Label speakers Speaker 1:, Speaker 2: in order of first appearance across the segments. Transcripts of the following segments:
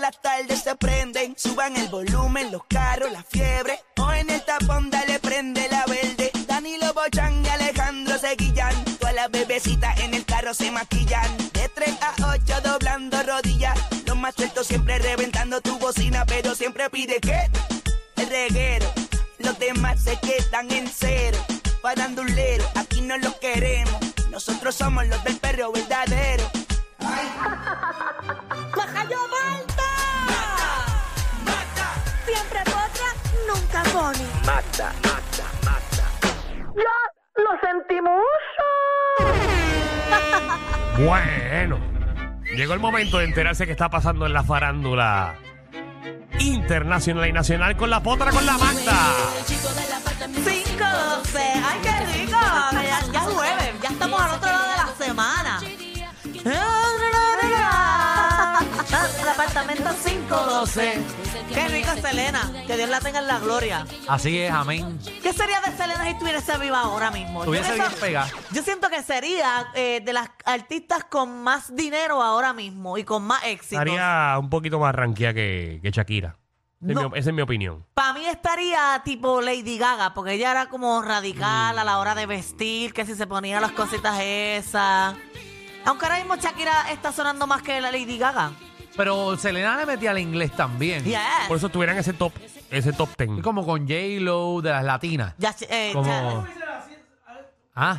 Speaker 1: las tardes se prenden. Suban el volumen, los carros, la fiebre. O en el tapón dale prende la verde. Danilo Bochan y Alejandro se guillan. Todas las bebecitas en el carro se maquillan. De 3 a 8 doblando rodillas. Los más sueltos siempre reventando tu bocina. Pero siempre pide que el reguero. Los demás se quedan en cero. Parandulero, aquí no los queremos. Nosotros somos los del perro verdadero.
Speaker 2: ¡Bajayo Malta!
Speaker 1: ¡Mata!
Speaker 2: Siempre potra, nunca pone.
Speaker 1: ¡Mata! ¡Mata! ¡Mata!
Speaker 2: ¡Ya lo sentimos!
Speaker 3: Bueno, llegó el momento de enterarse qué está pasando en la farándula internacional y nacional con la potra con la Magda.
Speaker 2: 5, 12. ¡Ay, qué rico! Ya, ya es jueves, ya estamos al otro lado de la semana. El apartamento 512. Qué rico es Selena. Que Dios la tenga en la gloria.
Speaker 4: Así es, amén.
Speaker 2: ¿Qué sería de Selena si estuviese viva ahora mismo? Yo
Speaker 4: Estuviese
Speaker 2: pienso-
Speaker 4: bien pegada.
Speaker 2: Yo siento que sería eh, de las artistas con más dinero ahora mismo y con más éxito.
Speaker 3: Estaría un poquito más ranquea que, que Shakira. Esa es
Speaker 2: No.
Speaker 3: mi- esa es mi opinión.
Speaker 2: Para mí estaría tipo Lady Gaga, porque ella era como radical a la hora
Speaker 4: Mm.
Speaker 2: de vestir, que si se ponía las cositas esas. Aunque ahora mismo Shakira está sonando más que la Lady Gaga.
Speaker 4: Pero Selena le metía al inglés también.
Speaker 2: Yes.
Speaker 3: Por eso tuvieran ese top, ese top ten.
Speaker 4: Es como con J-Lo de las latinas.
Speaker 2: Ya, eh, ya-
Speaker 4: Como... Ah.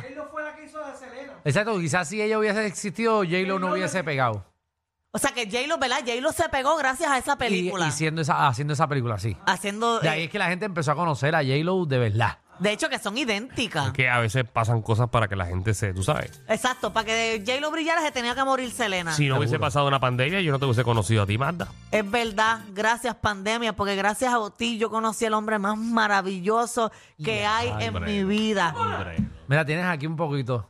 Speaker 4: Exacto, quizás si ella hubiese existido, J-Lo no hubiese pegado.
Speaker 2: O sea que J-Lo, ¿verdad? J-Lo se pegó gracias a esa
Speaker 4: Y,
Speaker 2: película.
Speaker 4: y siendo esa, haciendo esa película así.
Speaker 2: haciendo.
Speaker 4: De ahí
Speaker 2: eh,
Speaker 4: es que la gente empezó a conocer a J-Lo de verdad.
Speaker 2: de hecho, que son idénticas.
Speaker 3: Que a veces pasan cosas para que la gente se, tú sabes.
Speaker 2: Exacto, para que J-Lo brillara se tenía que morir Selena.
Speaker 3: Si no hubiese
Speaker 4: Seguro.
Speaker 3: pasado una pandemia, yo no te hubiese conocido a ti, Magda.
Speaker 2: Es verdad, gracias pandemia, porque gracias a ti yo conocí el hombre más maravilloso que hay en
Speaker 3: hombre.
Speaker 2: mi vida.
Speaker 4: Mira, tienes aquí un poquito.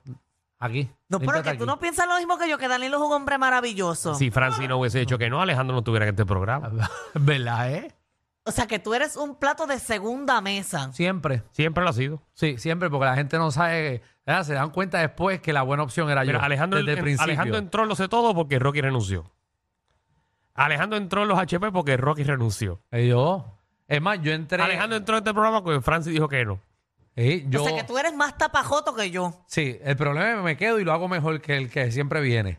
Speaker 4: Aquí.
Speaker 2: No, pero
Speaker 4: Límpiate
Speaker 2: que tú
Speaker 4: aquí.
Speaker 2: no piensas lo mismo que yo, que Danilo es un hombre maravilloso.
Speaker 3: Si Francis no hubiese dicho que no, Alejandro no estuviera en este programa.
Speaker 4: ¿Verdad, eh?
Speaker 2: O sea, que tú eres un plato de segunda mesa.
Speaker 4: Siempre.
Speaker 3: Siempre lo ha sido.
Speaker 4: Sí, siempre, porque la gente no sabe. ¿verdad? Se dan cuenta después que la buena opción era
Speaker 3: Mira,
Speaker 4: yo.
Speaker 3: Alejandro,
Speaker 4: desde el
Speaker 3: en-
Speaker 4: principio.
Speaker 3: Alejandro entró en lo sé todo porque Rocky renunció. Alejandro entró en los HP porque Rocky renunció.
Speaker 4: Eh, yo. Es más, yo entré.
Speaker 3: Alejandro entró en este programa porque Francis dijo que no.
Speaker 4: Eh, yo.
Speaker 2: O sea, que tú eres más tapajoto que yo.
Speaker 4: Sí, el problema es que me quedo y lo hago mejor que el que siempre viene.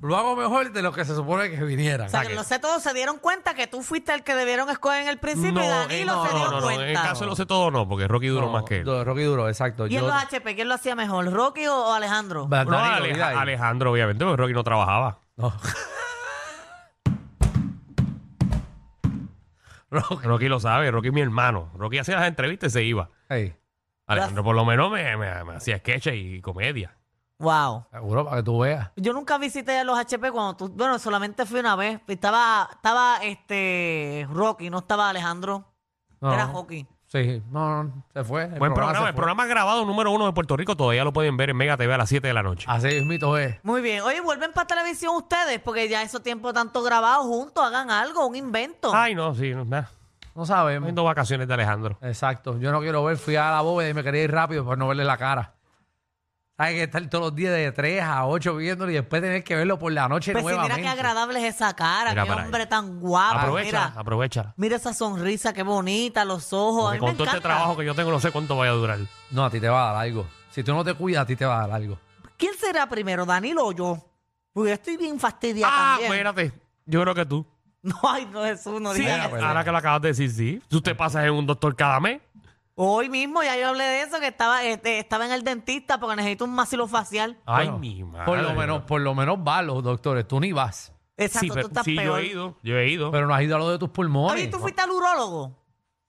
Speaker 4: Lo hago mejor de lo que se supone que viniera.
Speaker 2: O sea, que lo sé todos se dieron cuenta que tú fuiste el que debieron escoger en el principio y
Speaker 3: eh,
Speaker 2: Danilo
Speaker 3: no,
Speaker 2: se
Speaker 3: no,
Speaker 2: dio
Speaker 3: no, no.
Speaker 2: cuenta.
Speaker 3: En el caso de lo sé todo no, porque Rocky duró
Speaker 4: No,
Speaker 3: más que él.
Speaker 4: du- Rocky Duro, exacto.
Speaker 2: ¿Y en
Speaker 4: Yo-
Speaker 2: los HP quién lo hacía mejor, Rocky o, o Alejandro?
Speaker 4: Va-
Speaker 3: No,
Speaker 4: Danilo,
Speaker 3: Aleja-
Speaker 4: mira ahí.
Speaker 3: Alejandro, obviamente, porque Rocky no trabajaba.
Speaker 4: No. Rocky.
Speaker 3: Rocky lo sabe, Rocky es mi hermano. Rocky hacía las entrevistas y se iba.
Speaker 4: Ey,
Speaker 3: Alejandro por lo menos me, me- me hacía sketches y comedia.
Speaker 2: Wow.
Speaker 4: seguro para que tú veas.
Speaker 2: Yo nunca visité a los HP cuando tú, bueno, solamente fui una vez. Estaba, estaba este Rocky, no estaba Alejandro.
Speaker 4: No,
Speaker 2: Era
Speaker 4: no.
Speaker 2: Rocky.
Speaker 4: Sí, no, no, se fue. El
Speaker 3: Buen programa,
Speaker 4: se
Speaker 3: el
Speaker 4: fue.
Speaker 3: programa grabado número uno de Puerto Rico todavía lo pueden ver en Mega TV a las 7 de la noche.
Speaker 4: Así es, mito es.
Speaker 2: Muy bien. Oye, vuelven para televisión ustedes, porque ya eso tiempo tanto grabado juntos, hagan algo, un invento.
Speaker 3: Ay, no, sí, no, nada.
Speaker 4: No sabemos.
Speaker 3: Viendo vacaciones de Alejandro.
Speaker 4: Exacto. Yo no quiero ver. Fui a la bóveda y me quería ir rápido para no verle la cara. Hay que estar todos los días de 3 a 8 viéndolo y después tener que verlo por la noche
Speaker 2: pues sí,
Speaker 4: nuevamente.
Speaker 2: mira qué agradable es esa cara,
Speaker 3: Mira
Speaker 2: qué
Speaker 3: para
Speaker 2: hombre
Speaker 3: allá.
Speaker 2: tan guapo.
Speaker 3: aprovecha,
Speaker 2: Ah, Mira,
Speaker 3: aprovecha.
Speaker 2: mira esa sonrisa, qué bonita, los ojos. A mí
Speaker 3: Porque
Speaker 2: me
Speaker 3: con todo este
Speaker 2: encanta.
Speaker 3: trabajo que yo tengo, no sé cuánto vaya a durar.
Speaker 4: No, a ti te va a dar algo. Si tú no te cuidas, a ti te va a dar algo.
Speaker 2: ¿Quién será primero, Danilo o yo? Porque yo estoy bien fastidiada
Speaker 3: ah,
Speaker 2: también.
Speaker 3: espérate. Yo creo que tú.
Speaker 2: No, ay, no, Jesús, no
Speaker 3: Sí,
Speaker 2: digas
Speaker 4: mira,
Speaker 2: eso.
Speaker 4: pues.
Speaker 3: ahora que lo acabas de decir, sí. Tú te pasas en un doctor cada mes.
Speaker 2: Hoy mismo ya yo hablé de eso, que estaba, este, estaba en el dentista porque necesito un masilo facial.
Speaker 3: Ay,
Speaker 4: Bueno,
Speaker 3: mi madre.
Speaker 4: Por lo menos, por lo menos va a los doctores. Tú ni vas.
Speaker 2: Exacto,
Speaker 3: Sí,
Speaker 2: tú
Speaker 3: pero-
Speaker 2: estás
Speaker 3: sí, yo
Speaker 2: peor.
Speaker 3: he ido. Yo he ido.
Speaker 4: Pero no has ido a lo de tus pulmones.
Speaker 2: Oye, ¿tú fuiste al urólogo?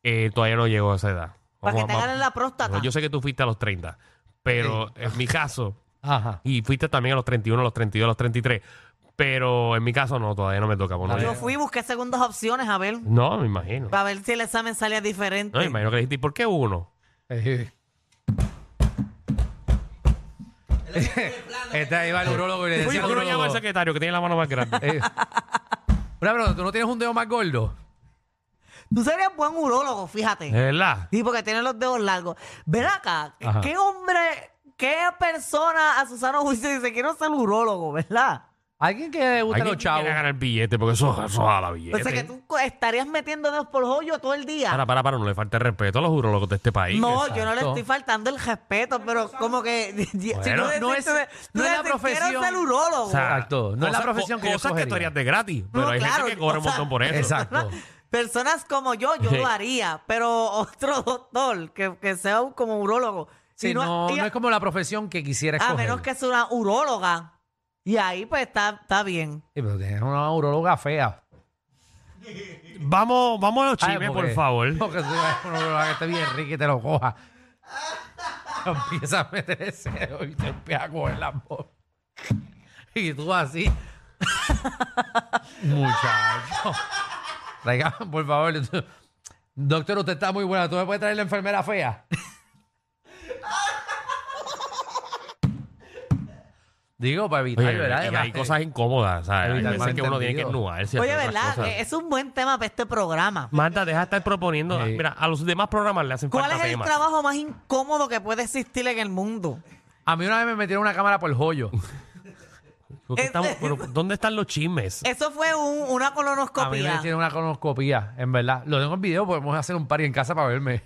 Speaker 3: Eh, todavía no llego a esa edad.
Speaker 2: Para que
Speaker 3: Vamos,
Speaker 2: te
Speaker 3: vamos.
Speaker 2: hagan la próstata.
Speaker 3: Yo sé que tú fuiste a los 30, pero en mi caso,
Speaker 4: Ajá.
Speaker 3: y fuiste también a los 31, a los 32, a los 33, pero en mi caso no, todavía no me toca. porque no
Speaker 2: Yo
Speaker 3: llego.
Speaker 2: fui, busqué segundas opciones, a ver,
Speaker 3: No, me imagino.
Speaker 2: para ver si el examen salía diferente.
Speaker 3: No, me imagino que le dijiste, ¿y por qué uno?
Speaker 4: Eh. este ahí va el urólogo y le
Speaker 3: Oye,
Speaker 4: decía
Speaker 3: tú no
Speaker 4: al
Speaker 3: llamas al
Speaker 4: urólogo,
Speaker 3: secretario que tiene la mano más grande.
Speaker 4: eh, Una pregunta, ¿tú no tienes un dedo más gordo?
Speaker 2: Tú serías buen urólogo, fíjate.
Speaker 3: ¿Es verdad?
Speaker 2: Sí, porque tiene los dedos largos. Ven acá,
Speaker 4: Ajá.
Speaker 2: ¿qué hombre, qué persona a Susana juicio dice quiero ser urólogo, verdad?
Speaker 4: Alguien que le guste
Speaker 3: Alguien
Speaker 4: los
Speaker 3: que
Speaker 4: chavos.
Speaker 3: quiera ganar billete, porque eso, eso jala
Speaker 2: O
Speaker 3: billete.
Speaker 2: sea Pues que tú estarías metiendo dedos por hoyo todo el día.
Speaker 3: Para, para, para, no le falta el respeto, lo juro, loco, de este país.
Speaker 2: No,
Speaker 4: Exacto.
Speaker 2: yo no le estoy faltando el respeto, pero como que
Speaker 3: Bueno,
Speaker 2: tú
Speaker 4: no es-
Speaker 2: decís-
Speaker 4: no
Speaker 2: tú
Speaker 4: es
Speaker 2: decís,
Speaker 4: la
Speaker 2: "Quiero
Speaker 4: profesión".
Speaker 2: ser urólogo.
Speaker 3: O sea,
Speaker 4: Exacto, no es la
Speaker 3: cosas-
Speaker 4: profesión que yo
Speaker 3: Cosas que tú
Speaker 4: escogería.
Speaker 3: harías de gratis, pero hay
Speaker 2: claro,
Speaker 3: gente que cobra
Speaker 2: o
Speaker 3: un
Speaker 2: sea,
Speaker 3: montón por eso.
Speaker 4: Exacto.
Speaker 2: Personas como yo, yo
Speaker 3: Sí.
Speaker 2: lo haría, pero otro doctor que, que sea un- como urólogo.
Speaker 4: Sí,
Speaker 2: Y
Speaker 4: no,
Speaker 2: y
Speaker 4: no es como la profesión que quisiera
Speaker 2: a
Speaker 4: escoger.
Speaker 2: Ah, menos que sea una uróloga. Y ahí pues está, está bien.
Speaker 4: Sí, pero tienes una urologa fea.
Speaker 3: Vamos, vamos a los
Speaker 4: Ay,
Speaker 3: chismes, por
Speaker 4: porque-
Speaker 3: favor.
Speaker 4: Porque si vas con una urologa que esté bien rica y te lo coja. Empieza a meter ese dedo y te empieza a coger la voz. Y tú así. Muchacho. Traiga, por favor. Doctor, usted está muy buena. ¿Tú me puedes traer la enfermera fea? Digo, para evitar,
Speaker 3: Oye,
Speaker 4: ¿verdad? eh,
Speaker 3: y hay cosas incómodas, ¿sabes? eh, Hay
Speaker 4: Evitar
Speaker 3: veces que uno tiene que
Speaker 4: malentendidos.
Speaker 3: ennudarse.
Speaker 2: Oye,
Speaker 3: hacer otras
Speaker 2: ¿verdad?
Speaker 3: cosas.
Speaker 2: Eh, Es un buen tema para este programa.
Speaker 4: Mm,
Speaker 3: Marta, deja de estar proponiendo.
Speaker 4: Sí.
Speaker 3: Mira, a los demás programas le hacen
Speaker 2: ¿Cuál
Speaker 3: falta
Speaker 2: es el
Speaker 3: temas.
Speaker 2: trabajo más incómodo que puede existir en el mundo?
Speaker 4: A mí una vez me metieron una cámara por el joyo.
Speaker 3: ¿Por
Speaker 2: Eh,
Speaker 3: qué estamos- pero, ¿Dónde están los chismes?
Speaker 2: Eso fue un- una
Speaker 4: A mí me
Speaker 2: colonoscopia.
Speaker 4: tiene una colonoscopía, en verdad. Lo tengo en video, podemos hacer un party en casa para verme.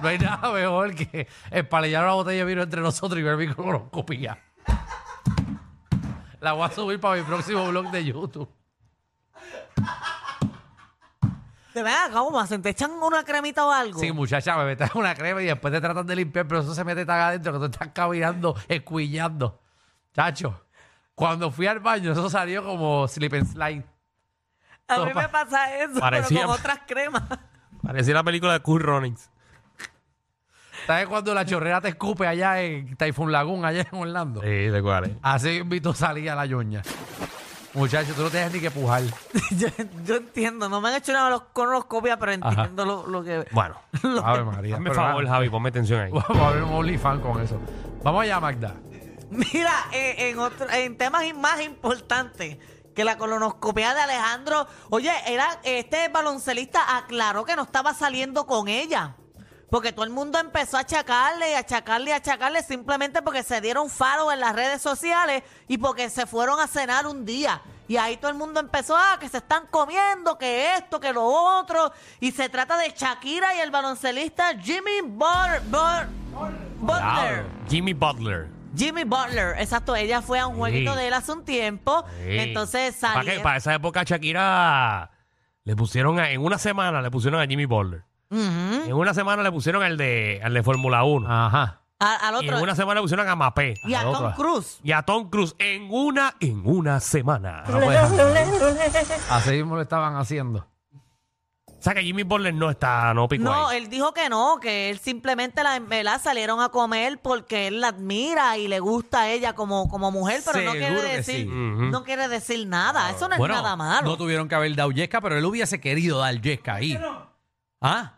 Speaker 4: no hay nada mejor que espalillar una botella de vino entre nosotros y ver mi colonoscopía. La voy a subir para mi próximo blog de YouTube.
Speaker 2: De verdad, ¿cómo hacen? ¿Te echan una cremita o algo?
Speaker 4: Sí, muchacha, me metes una crema y después te tratan de limpiar, pero eso se mete tan adentro que tú estás caminando, escuillando. Chacho, cuando fui al baño, eso salió como slip and slide.
Speaker 2: a mí
Speaker 4: toma.
Speaker 2: me pasa eso,
Speaker 3: Parecía-
Speaker 2: pero con otras cremas.
Speaker 3: Parecía la película de Cool Runnings.
Speaker 4: ¿Sabes cuando la chorrera te escupe allá en Typhoon Lagoon, allá en Orlando?
Speaker 3: Sí, de cuál es.
Speaker 4: Así invito salía la yoña. Muchacho, tú no tienes ni que pujar.
Speaker 2: yo, yo entiendo, no me han hecho una colonoscopia, pero
Speaker 4: Ajá.
Speaker 2: entiendo lo, lo que...
Speaker 3: Bueno,
Speaker 4: Ave María.
Speaker 3: hazme
Speaker 4: pero
Speaker 3: favor,
Speaker 4: nada.
Speaker 3: Javi, ponme atención ahí.
Speaker 4: Vamos a ver un OnlyFans con eso. Vamos allá, Magda.
Speaker 2: Mira, eh, en, otro- en temas in- más importantes que la colonoscopia de Alejandro, oye, era este baloncelista aclaró que no estaba saliendo con ella. Porque todo el mundo empezó a achacarle y achacarle y achacarle simplemente porque se dieron faro en las redes sociales y porque se fueron a cenar un día. Y ahí todo el mundo empezó a que se están comiendo, que esto, que lo otro. Y se trata de Shakira y el baloncelista Jimmy Butler. Butler.
Speaker 3: Claro. Jimmy Butler.
Speaker 2: Jimmy Butler, exacto, ella fue a un jueguito de él hace un tiempo,
Speaker 3: Sí.
Speaker 2: entonces
Speaker 3: ¿Para
Speaker 2: salió.
Speaker 3: qué? Para esa época Shakira le pusieron a- en una semana le pusieron a Jimmy Butler.
Speaker 2: Ujú.
Speaker 3: En una semana le pusieron al de al de Fórmula 1.
Speaker 4: Ajá.
Speaker 2: A- al
Speaker 3: y en
Speaker 2: Ah. otro
Speaker 3: una semana le pusieron a Mapé.
Speaker 2: y a
Speaker 3: Al
Speaker 2: Tom
Speaker 3: otro.
Speaker 2: Cruise.
Speaker 3: Y a Tom Cruise en una en una semana.
Speaker 4: No puedes hacer. Así mismo lo estaban haciendo.
Speaker 3: O sea que Jimmy Butler no está, no picó
Speaker 2: No, eh,
Speaker 3: ahí.
Speaker 2: él dijo que no, que él simplemente la, ¿verdad? salieron a comer porque él la admira y le gusta a ella como, como mujer, pero no
Speaker 4: Seguro
Speaker 2: quiere
Speaker 4: que
Speaker 2: decir,
Speaker 4: sí.
Speaker 3: Ujú.
Speaker 2: no quiere decir nada. Eso no es nada malo.
Speaker 4: no tuvieron que haber dado yesca, pero él hubiese querido dar yesca ahí. ¿Ah?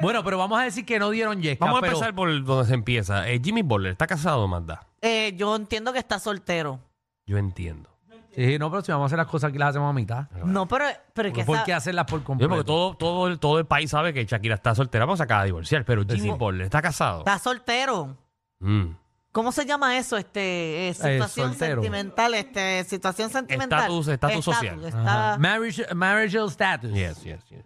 Speaker 4: Bueno, pero vamos a decir que no dieron yesca.
Speaker 3: Vamos a
Speaker 4: pero-
Speaker 3: empezar por donde se empieza. Eh, Jimmy Butler está casado, Manda.
Speaker 2: Eh, yo entiendo que está soltero.
Speaker 3: Yo entiendo.
Speaker 4: Sí, no, pero si vamos a hacer las cosas aquí, las hacemos a mitad.
Speaker 2: No, pero, pero es que
Speaker 4: ¿Por
Speaker 2: esa-
Speaker 4: qué hacerlas por
Speaker 3: Yo,
Speaker 4: completo?
Speaker 3: porque todo, todo, el- todo el país sabe que Shakira está soltera, vamos a acabar de divorciar, pero Jimmy Butler está casado.
Speaker 2: está soltero.
Speaker 3: Mm.
Speaker 2: ¿Cómo se llama eso? Este, eh, situación
Speaker 4: soltero.
Speaker 2: sentimental, este, situación sentimental.
Speaker 3: Estatus- estatus social.
Speaker 2: está-
Speaker 4: Ajá. Marriage, marital status.
Speaker 3: Yes, yes, yes, yes.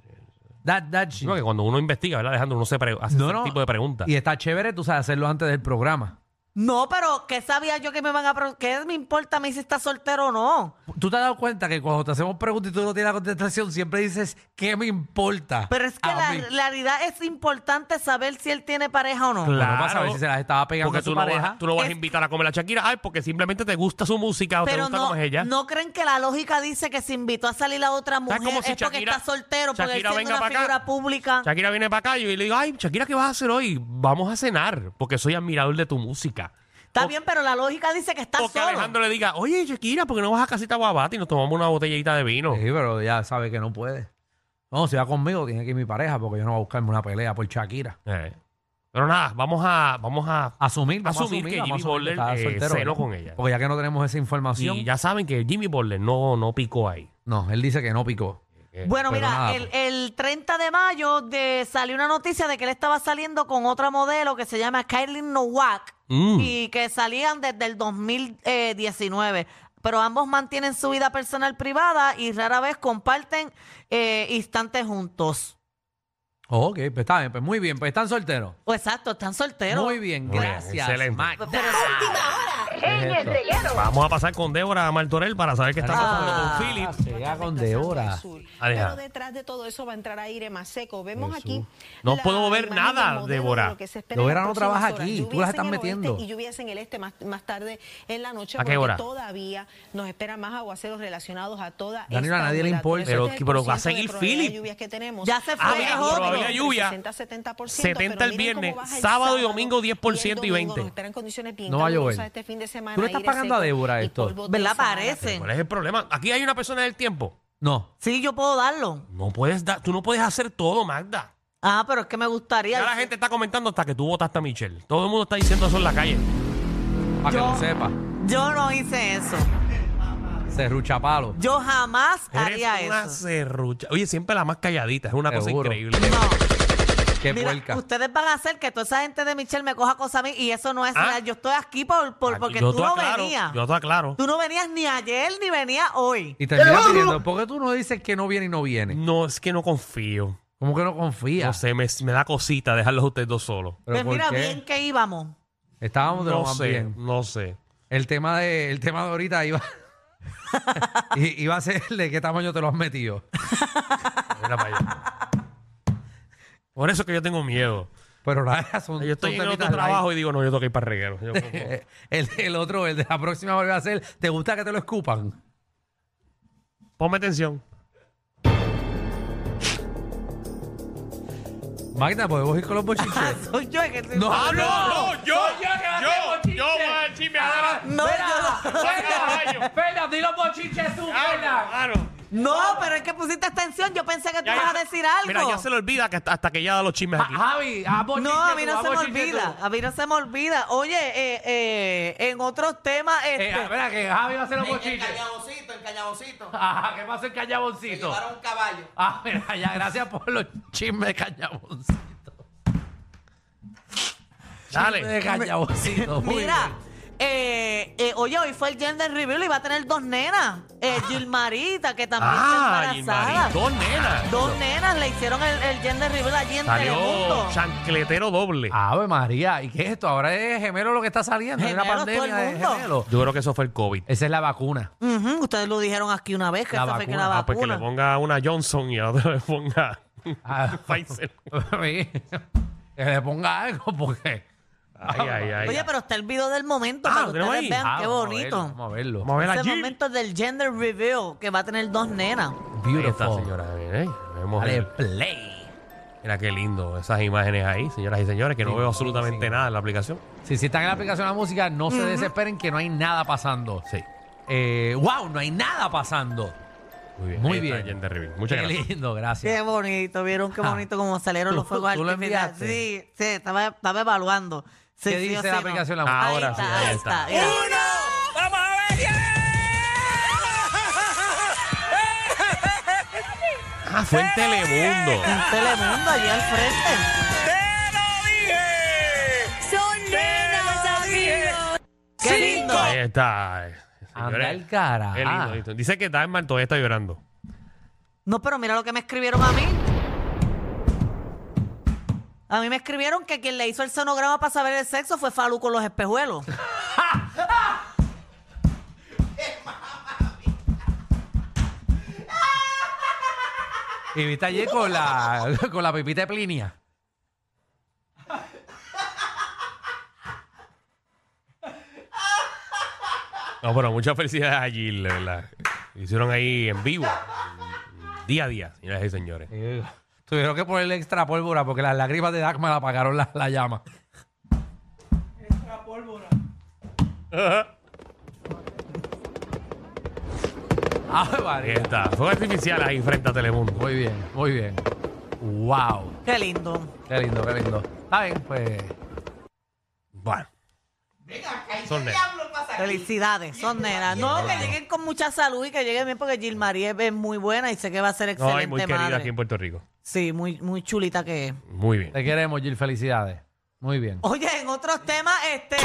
Speaker 4: That, that shit.
Speaker 3: No, que cuando uno investiga, ¿verdad, Alejandro? Uno se pre- hace
Speaker 4: No,
Speaker 3: ese
Speaker 4: no.
Speaker 3: tipo de preguntas.
Speaker 4: Y está chévere, tú sabes, hacerlo antes del programa.
Speaker 2: No, pero ¿qué sabía yo que me van a pro- ¿Qué me importa a mí si está soltero o no?
Speaker 4: ¿Tú te has dado cuenta que cuando te hacemos preguntas y tú no tienes la contestación, siempre dices, ¿qué me importa?
Speaker 2: Pero es que
Speaker 4: a
Speaker 3: Ah,
Speaker 2: la
Speaker 4: mí?
Speaker 2: realidad es importante saber si él tiene pareja o no.
Speaker 3: Claro.
Speaker 4: Bueno, para saber si se las estaba pegando
Speaker 3: Porque
Speaker 4: a su
Speaker 3: tú no,
Speaker 4: pareja.
Speaker 3: vas, tú no vas a
Speaker 2: Es-
Speaker 3: invitar a comer a Shakira, ay, porque simplemente te gusta su música o te
Speaker 2: Pero
Speaker 3: gusta
Speaker 2: no,
Speaker 3: cómo es ella.
Speaker 2: no creen que la lógica dice que si invitó a salir a otra mujer
Speaker 3: como si
Speaker 2: es porque
Speaker 3: Shakira-
Speaker 2: está soltero, porque él
Speaker 3: Shakira
Speaker 2: siendo
Speaker 3: venga
Speaker 2: una
Speaker 3: para acá?
Speaker 2: figura pública.
Speaker 3: Shakira viene para acá y yo le digo, ay, Shakira, ¿qué vas a hacer hoy? Vamos a cenar, porque soy admirador de tu música.
Speaker 2: Está bien, pero la lógica dice que está
Speaker 3: O que
Speaker 2: solo.
Speaker 3: Alejandro le diga, oye, Shakira, ¿por qué no vas a casita Guabate y nos tomamos una botellita de vino?
Speaker 4: Sí, pero ya sabe que no puede. No, si va conmigo, tiene que ir mi pareja, porque yo no voy a buscarme una pelea por Shakira.
Speaker 3: Eh. Pero nada, vamos a, vamos a
Speaker 4: Asumir, vamos
Speaker 3: Asumir que
Speaker 4: a asumir, vamos a
Speaker 3: Jimmy
Speaker 4: asumir que
Speaker 3: Butler,
Speaker 4: estaba
Speaker 3: eh,
Speaker 4: soltero,
Speaker 3: cenó
Speaker 4: ¿verdad?
Speaker 3: con ella.
Speaker 4: Porque ya que no tenemos esa información,
Speaker 3: Y ya saben que Jimmy Butler no, no picó ahí. Eh,
Speaker 4: no, él dice que no picó.
Speaker 2: Bueno,
Speaker 4: Pero
Speaker 2: mira,
Speaker 4: nada,
Speaker 2: el, el 30 de mayo de, salió una noticia de que él estaba saliendo con otra modelo que se llama Kylie Nowak.
Speaker 3: Mm.
Speaker 2: y que salían desde el 2019. Pero ambos mantienen su vida personal privada y rara vez comparten eh, instantes juntos.
Speaker 4: Ok, pues está bien, pues muy bien, pues están solteros.
Speaker 2: O exacto, están solteros.
Speaker 4: Muy bien,
Speaker 3: Muy bien,
Speaker 4: gracias.
Speaker 3: excelente.
Speaker 4: Magda.
Speaker 5: en el reguero.
Speaker 3: Vamos a pasar con Débora Martorell para saber qué está pasando
Speaker 2: Ah.
Speaker 3: con Philip.
Speaker 4: Sea con de hora.
Speaker 3: Aleja.
Speaker 5: Pero detrás de todo eso va a entrar aire más seco. Vemos
Speaker 4: Jesús.
Speaker 5: aquí.
Speaker 3: No
Speaker 5: la
Speaker 3: puedo ver
Speaker 5: imagen
Speaker 3: nada,
Speaker 5: del modelo de
Speaker 3: Débora.
Speaker 5: lo que se espera en
Speaker 4: Débora
Speaker 5: las
Speaker 4: no trabaja
Speaker 5: próximas
Speaker 4: aquí,
Speaker 5: horas.
Speaker 4: tú las estás
Speaker 5: Lluvias en el
Speaker 4: metiendo.
Speaker 5: oeste Y lluvias en el este más, más tarde en la noche.
Speaker 3: ¿A qué
Speaker 5: porque
Speaker 3: hora?
Speaker 5: Todavía nos esperan más aguaceros relacionados a toda
Speaker 4: Danilo,
Speaker 5: esta
Speaker 4: a nadie le
Speaker 5: humedad.
Speaker 4: importa.
Speaker 5: Por eso
Speaker 3: Pero-
Speaker 5: este es el
Speaker 3: pero va a
Speaker 5: porcentaje de
Speaker 3: seguir
Speaker 5: probabilidad de
Speaker 3: Philip.
Speaker 5: levas que tenemos.
Speaker 2: Ya se
Speaker 3: Ah,
Speaker 2: fue,
Speaker 3: mira,
Speaker 2: joven.
Speaker 3: probabilidad de lluvia.
Speaker 5: 60, 70%.
Speaker 3: 70 el
Speaker 5: pero miren cómo
Speaker 3: viernes,
Speaker 5: baja el
Speaker 3: sábado y domingo 10% y
Speaker 5: el
Speaker 3: 20.
Speaker 5: Nos esperan condiciones bien
Speaker 4: No va a llover.
Speaker 5: calurosas este fin de semana.
Speaker 4: ¿Tú le estás
Speaker 5: aire
Speaker 4: pagando a
Speaker 5: seco
Speaker 4: Débora
Speaker 5: y
Speaker 4: esto?
Speaker 5: polvo de
Speaker 2: ¿Verdad?
Speaker 5: Sahara.
Speaker 2: Parece.
Speaker 3: ¿Cuál es el problema? Aquí hay una persona del tiempo.
Speaker 4: No.
Speaker 2: Sí, yo puedo darlo.
Speaker 3: No puedes dar, tú no puedes hacer todo, Magda.
Speaker 2: Ah, pero es que me gustaría.
Speaker 3: Ya la gente está comentando hasta que tú votaste a Michelle. Todo el mundo está diciendo eso en la calle.
Speaker 4: Para que lo sepa.
Speaker 2: Yo no hice eso.
Speaker 4: Serrucha palo.
Speaker 2: Yo jamás haría
Speaker 3: Eres una
Speaker 2: eso.
Speaker 3: serrucha. Oye, siempre la más calladita. Es una cosa
Speaker 4: Seguro.
Speaker 3: increíble.
Speaker 2: No,
Speaker 4: Qué
Speaker 2: mira,
Speaker 4: puerca.
Speaker 2: ustedes van a hacer que toda esa gente de Michelle me coja cosa a mí y eso no es
Speaker 3: Ah.
Speaker 2: real. Yo estoy aquí por, por-
Speaker 3: Aquí-
Speaker 2: porque
Speaker 3: yo
Speaker 2: tú
Speaker 3: te
Speaker 2: no
Speaker 3: aclaro,
Speaker 2: venías.
Speaker 3: Yo te aclaro.
Speaker 2: Tú no venías ni ayer ni venías hoy.
Speaker 4: Y termina pidiendo, ¿por qué tú no dices que no viene y no viene?
Speaker 3: No, es que no confío.
Speaker 4: ¿Cómo que no confías?
Speaker 3: No sé, me, me da cosita dejarlos a ustedes dos solos.
Speaker 4: ¿Pero
Speaker 2: Pues
Speaker 4: por
Speaker 2: mira
Speaker 4: qué?
Speaker 2: bien que íbamos.
Speaker 4: Estábamos de lo
Speaker 3: No
Speaker 4: más
Speaker 3: sé,
Speaker 4: bien.
Speaker 3: no sé.
Speaker 4: El tema de, el tema de ahorita iba, i- iba a ser el de qué tamaño te lo has metido.
Speaker 3: Mira para allá. Por eso es que yo tengo miedo.
Speaker 4: Pero nada, son,
Speaker 3: Yo estoy
Speaker 4: son
Speaker 3: en otro
Speaker 4: temitas light.
Speaker 3: trabajo y digo, no, yo tengo que ir para el reguero. Yo como-
Speaker 4: Eh, el, el otro, el de la próxima va a ser, ¿te gusta que te lo escupan?
Speaker 3: Ponme atención.
Speaker 4: Magda, ¿podemos ir con los
Speaker 2: Ah,
Speaker 4: bochiches?
Speaker 2: soy yo el que estoy-
Speaker 4: No, no,
Speaker 3: Ah, yo, yo, yo, me
Speaker 4: Ah,
Speaker 2: No, yo no.
Speaker 4: Fernández, di los bochiches tú,
Speaker 2: No, pero es que pusiste extensión. Yo pensé que tú ibas a decir algo.
Speaker 3: Mira, ya se le olvida que hasta, hasta que ya da los chismes aquí.
Speaker 4: Ah, Javi, haz bochiche
Speaker 2: No, a mí
Speaker 4: tú,
Speaker 2: no
Speaker 4: haz
Speaker 2: se me
Speaker 4: bochiche tú.
Speaker 2: olvida. A mí no se me olvida. Oye, eh, eh, en otros temas.
Speaker 4: Eh,
Speaker 2: Este,
Speaker 4: espera, que Javi va a hacer los
Speaker 6: En
Speaker 4: bochiches.
Speaker 6: Cañaboncito, en Cañaboncito.
Speaker 4: Ajá, ¿qué pasa el cañaboncito?
Speaker 6: Llevaron un caballo.
Speaker 4: Ah, mira, ya, gracias por los chismes de cañaboncito.
Speaker 3: Dale.
Speaker 4: Chismes de cañaboncito. muy
Speaker 2: mira,
Speaker 4: bien.
Speaker 2: eh, eh, oye, hoy fue el gender reveal y va a tener dos nenas. Eh, Gilmarita, que también
Speaker 3: Ah,
Speaker 2: está
Speaker 3: y
Speaker 2: embarazada.
Speaker 3: Maritón, nena.
Speaker 2: Dos nenas le hicieron el, el gender reveal allí en Telemundo.
Speaker 3: Salió chancletero doble.
Speaker 4: Ave María, ¿y qué es esto? Ahora es gemelo lo que está saliendo. Hay una
Speaker 2: Gemelos, todo el
Speaker 4: pandemia de
Speaker 2: mundo.
Speaker 4: gemelos.
Speaker 3: Yo creo que eso fue el COVID.
Speaker 4: Esa es la vacuna.
Speaker 2: Ujú, Ustedes lo dijeron aquí una vez que
Speaker 4: La
Speaker 2: esa fue que
Speaker 4: vacuna,
Speaker 2: la
Speaker 3: Ah, pues que
Speaker 2: vacuna.
Speaker 3: le ponga una Johnson y a la otra le ponga
Speaker 4: Ah.
Speaker 3: Pfizer.
Speaker 4: Oye, que le ponga algo porque.
Speaker 3: Ay, ay, ay.
Speaker 2: Oye, pero está el video del momento
Speaker 3: Ah,
Speaker 2: para
Speaker 3: lo
Speaker 2: que
Speaker 3: tenemos
Speaker 2: ustedes
Speaker 3: ahí.
Speaker 2: vean
Speaker 4: Ah,
Speaker 2: qué
Speaker 4: vamos a verlo,
Speaker 2: bonito.
Speaker 4: Vamos a verlo.
Speaker 3: Vamos a ver a
Speaker 2: Ese
Speaker 3: Jill.
Speaker 2: momento del gender reveal que va a tener dos nenas.
Speaker 3: Ahí está,
Speaker 4: Beautiful.
Speaker 3: señora. ¿eh? Vemos
Speaker 4: Dale
Speaker 3: el-
Speaker 4: play.
Speaker 3: Mira qué lindo esas imágenes ahí, señoras y señores, que no
Speaker 4: Sí,
Speaker 3: veo absolutamente
Speaker 4: sí.
Speaker 3: nada en la aplicación.
Speaker 4: Si, si están en la aplicación de la música, no se desesperen que no hay nada pasando. Sí. wow, no hay nada pasando.
Speaker 3: Muy bien.
Speaker 4: Muy
Speaker 3: ahí está
Speaker 4: bien.
Speaker 3: Jen de Rivera. Muchas
Speaker 4: Qué
Speaker 3: gracias.
Speaker 4: lindo,
Speaker 2: Qué
Speaker 4: gracias.
Speaker 2: bonito, vieron qué
Speaker 4: Ah.
Speaker 2: bonito como salieron los
Speaker 4: ¿Tú-
Speaker 2: fuegos
Speaker 4: tú lo
Speaker 2: artificiales.
Speaker 4: enviaste?
Speaker 2: Sí, sí, estaba, estaba evaluando. Sí, sí
Speaker 4: ¿Qué
Speaker 2: o
Speaker 4: dice
Speaker 2: sí,
Speaker 4: la
Speaker 2: no.
Speaker 4: aplicación de la música?
Speaker 3: Ahora
Speaker 2: ahí
Speaker 3: sí,
Speaker 2: está,
Speaker 3: ahí
Speaker 2: ahí
Speaker 3: está.
Speaker 2: está. mira.
Speaker 1: ¡Vamos a ver!
Speaker 3: Ah, fue en Telemundo.
Speaker 2: En Telemundo allí al frente.
Speaker 1: ¡Son nenas,
Speaker 2: Qué lindo.
Speaker 3: Ahí está. eh,
Speaker 4: Anda
Speaker 3: señores.
Speaker 4: el cara.
Speaker 3: Qué lindo, listo. Dice que Dagmar todavía está llorando.
Speaker 2: No, pero mira lo que me escribieron a mí. A mí me escribieron que quien le hizo el sonograma para saber el sexo fue Falu con los espejuelos.
Speaker 4: Y viste allí con la, con la pipita de Plinia.
Speaker 3: No, pero muchas felicidades a Jill, de verdad. Hicieron ahí en vivo. Día a día, señoras y señores.
Speaker 4: Tuvieron que ponerle extra pólvora porque las lágrimas de Dagmar apagaron la, la llama. Extra pólvora. Ay,
Speaker 3: Ahí
Speaker 4: María.
Speaker 3: está. Fue artificial ahí frente a Telemundo.
Speaker 4: Muy bien, muy bien. Wow.
Speaker 2: Qué lindo.
Speaker 4: Qué lindo, qué lindo. Está bien, pues.
Speaker 3: Bueno. Son nenas.
Speaker 2: Felicidades, son nenas. No, que lleguen con mucha salud y que lleguen bien porque Gil María es muy buena y sé que va a ser
Speaker 3: No,
Speaker 2: excelente
Speaker 3: hay muy querida
Speaker 2: madre.
Speaker 3: aquí en Puerto Rico.
Speaker 2: Sí, muy, muy chulita que es.
Speaker 3: Muy bien.
Speaker 4: Te queremos, Gil. Felicidades. Muy bien.
Speaker 2: Oye, en otros temas, este,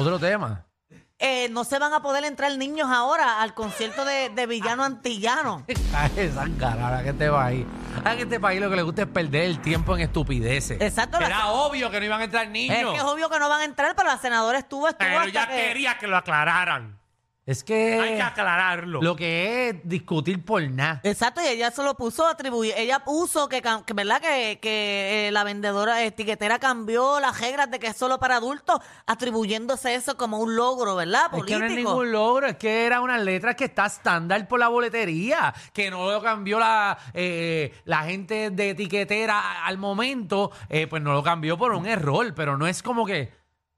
Speaker 4: Otro tema.
Speaker 2: eh, no se van a poder entrar niños ahora al concierto de, de Villano Antillano.
Speaker 4: Esa cara, ahora que te va ahí. Ahora que este país lo que le gusta es perder el tiempo en estupideces.
Speaker 2: Exacto,
Speaker 4: Era
Speaker 2: la-
Speaker 4: obvio que no iban a entrar niños.
Speaker 2: Es que es obvio que no van a entrar, pero la senadora estuvo, estuvo
Speaker 3: Pero
Speaker 2: hasta
Speaker 3: ya
Speaker 2: que-
Speaker 3: quería que lo aclararan.
Speaker 4: Es que
Speaker 3: Hay que aclararlo.
Speaker 4: lo que es discutir por nada.
Speaker 2: Exacto, y ella se lo puso atribuir. Ella puso que, cam- que verdad que, que, eh, la vendedora eh, tiquetera cambió las reglas de que es solo para adultos, atribuyéndose eso como un logro, ¿verdad?
Speaker 4: Es que
Speaker 2: Político.
Speaker 4: no es ningún logro, es que era unas letras que está estándar por la boletería, que no lo cambió la, eh, la gente de etiquetera al momento, eh, pues no lo cambió por un error, pero no es como que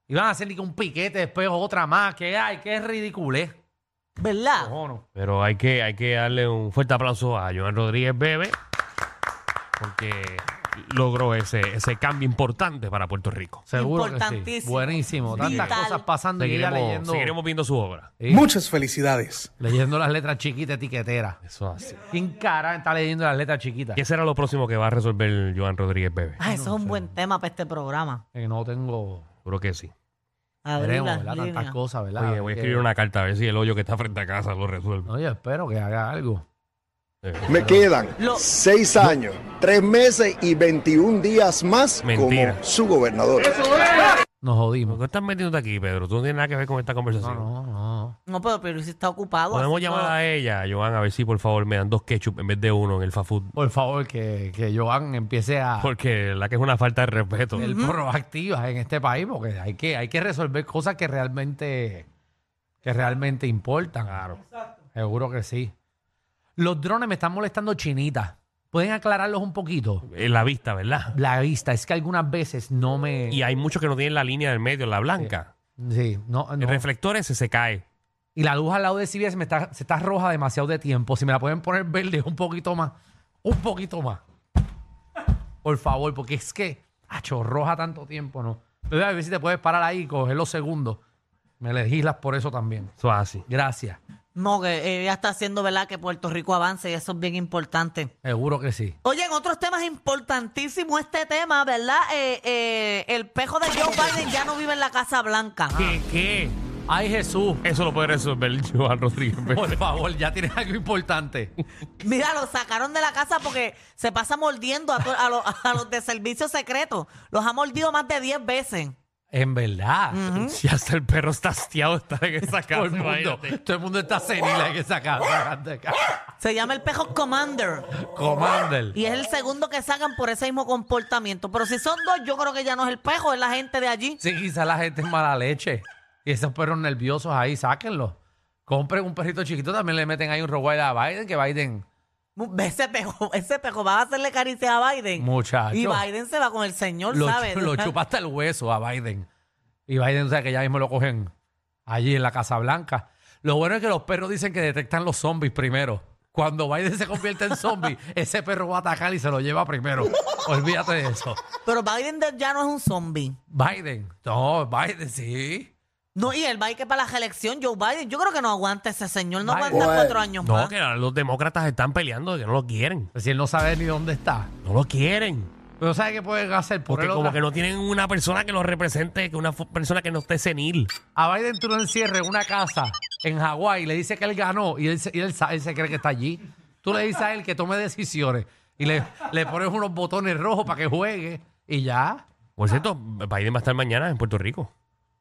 Speaker 4: iban a hacer ni que un piquete, después otra más, que hay, que es ridiculez.
Speaker 2: ¿Verdad?
Speaker 4: cojono.
Speaker 3: Pero hay que, hay que darle un fuerte aplauso a Joan Rodríguez Bebe porque logró ese, ese cambio importante para Puerto Rico.
Speaker 4: Seguro que sí.
Speaker 2: Importantísimo.
Speaker 4: Buenísimo. Tantas
Speaker 2: Vital.
Speaker 4: cosas pasando y ella
Speaker 3: Seguiremos,
Speaker 4: leyendo,
Speaker 3: seguiremos viendo su obra.
Speaker 4: sí,
Speaker 6: Muchas felicidades.
Speaker 4: leyendo las letras chiquitas etiqueteras.
Speaker 3: Eso es así.
Speaker 4: ¿Quién cara está leyendo las letras chiquitas?
Speaker 3: ¿Qué será lo próximo que va a resolver Joan Rodríguez Bebe?
Speaker 2: Ah, eso es un buen tema para este programa.
Speaker 4: Eh, no tengo...
Speaker 3: Seguro que sí.
Speaker 2: Abrir
Speaker 4: Veremos,
Speaker 2: las
Speaker 4: ¿verdad? Tantas
Speaker 2: líneas.
Speaker 4: cosas, ¿verdad?
Speaker 3: Oye, voy a
Speaker 4: Que- Ah.
Speaker 3: escribir una carta a ver si el hoyo que está frente a casa lo resuelve. Eh,
Speaker 4: Oye, espero que haga algo.
Speaker 7: Me quedan
Speaker 2: Lo-
Speaker 7: seis años, tres meses y 21 días más
Speaker 3: Mentira.
Speaker 7: como su gobernador.
Speaker 4: Nos
Speaker 3: ¿Por
Speaker 4: jodimos.
Speaker 3: qué estás metiéndote aquí, Pedro? Tú no tienes nada que ver con esta
Speaker 4: No,
Speaker 3: conversación.
Speaker 4: no, no.
Speaker 2: No, pero, pero si está ocupado.
Speaker 3: Podemos
Speaker 2: así
Speaker 3: llamar
Speaker 2: todo.
Speaker 3: a ella, Joan, a ver si por favor me dan dos ketchup en vez de uno en el fast food.
Speaker 4: Por favor, que, que Joan empiece a
Speaker 3: Porque la que es una falta de respeto.
Speaker 4: ser proactiva en este país, porque hay que, hay que resolver cosas que realmente, que realmente importan. Claro. Seguro que sí. Los drones me están molestando chinitas. ¿Pueden aclararlos un poquito?
Speaker 3: En la vista, ¿verdad?
Speaker 4: La vista, es que algunas veces no me.
Speaker 3: Y hay muchos que no tienen la línea del medio, la blanca.
Speaker 4: Sí, no, no.
Speaker 3: El reflector ese se cae.
Speaker 4: Y la luz al lado de CBS me está, se está roja demasiado de tiempo. Si me la pueden poner verde un poquito más. Un poquito más. Por favor, porque es que, acho, roja tanto tiempo, ¿no? Bebé, a ver si te puedes parar ahí y coger los segundos. Me legislas por eso también.
Speaker 3: Eso es así.
Speaker 4: Gracias.
Speaker 2: No, que ella está haciendo, ¿verdad? Que Puerto Rico avance y eso es bien importante.
Speaker 4: Seguro que sí.
Speaker 2: Oye, en otros temas importantísimo este tema, ¿verdad? Eh, eh, el pejo de Joe Biden ya no vive en la Casa Blanca.
Speaker 3: ¿Qué? ¿Qué?
Speaker 4: Ay, Jesús.
Speaker 3: Eso lo puede resolver Joan Rodríguez.
Speaker 4: Por favor, ya tienes algo importante.
Speaker 2: Mira, lo sacaron de la casa porque se pasa mordiendo a, to- a los- a los de servicio secreto. Los ha mordido más de 10 veces.
Speaker 4: En verdad.
Speaker 3: Si hasta el perro está hastiado de estar en esa casa.
Speaker 4: Todo el mundo.
Speaker 3: imagínate.
Speaker 4: Todo el mundo está senil en esa casa.
Speaker 2: Se llama el pejo Commander.
Speaker 4: Commander.
Speaker 2: Y es el segundo que sacan por ese mismo comportamiento. Pero si son dos, yo creo que ya no es el pejo, es la gente de allí.
Speaker 4: Sí, quizás la gente es mala leche. Y esos perros nerviosos ahí, sáquenlos. Compren un perrito chiquito, también le meten ahí un roguay a Biden, que Biden,
Speaker 2: Ese pejo, ese pejo va a hacerle caricia a Biden.
Speaker 4: Muchacho.
Speaker 2: Y Biden se va con el señor,
Speaker 4: lo,
Speaker 2: ¿sabes?
Speaker 4: lo chupa hasta el hueso a Biden. Y Biden, o sea, que ya mismo lo cogen allí en la Casa Blanca. Lo bueno es que los perros dicen que detectan los zombies primero. Cuando Biden se convierte en zombie, ese perro va a atacar y se lo lleva primero. Olvídate de eso.
Speaker 2: Pero Biden de- ya no es un zombie.
Speaker 4: Biden. No, Biden, sí.
Speaker 2: No, y él va a ir que para la reelección, Joe Biden. Yo creo que no aguanta ese señor, no
Speaker 4: Biden.
Speaker 2: aguanta cuatro años
Speaker 3: No,
Speaker 2: más.
Speaker 3: que los demócratas están peleando de que no lo quieren.
Speaker 4: Pues Si él no sabe ni dónde está.
Speaker 3: No lo quieren.
Speaker 4: Pero ¿sabe qué pueden hacer?
Speaker 3: Porque
Speaker 4: Ponerlo
Speaker 3: como
Speaker 4: otra-
Speaker 3: que no tienen una persona que los represente, que una fu- persona que no esté senil.
Speaker 4: A Biden tú lo encierres en una casa en Hawái, le dice que él ganó y él, se- y él sa- él se cree que está allí. Tú le dices a él que tome decisiones y le, le pones unos botones rojos para que juegue y ya.
Speaker 3: Por cierto, Biden va a estar mañana en Puerto Rico.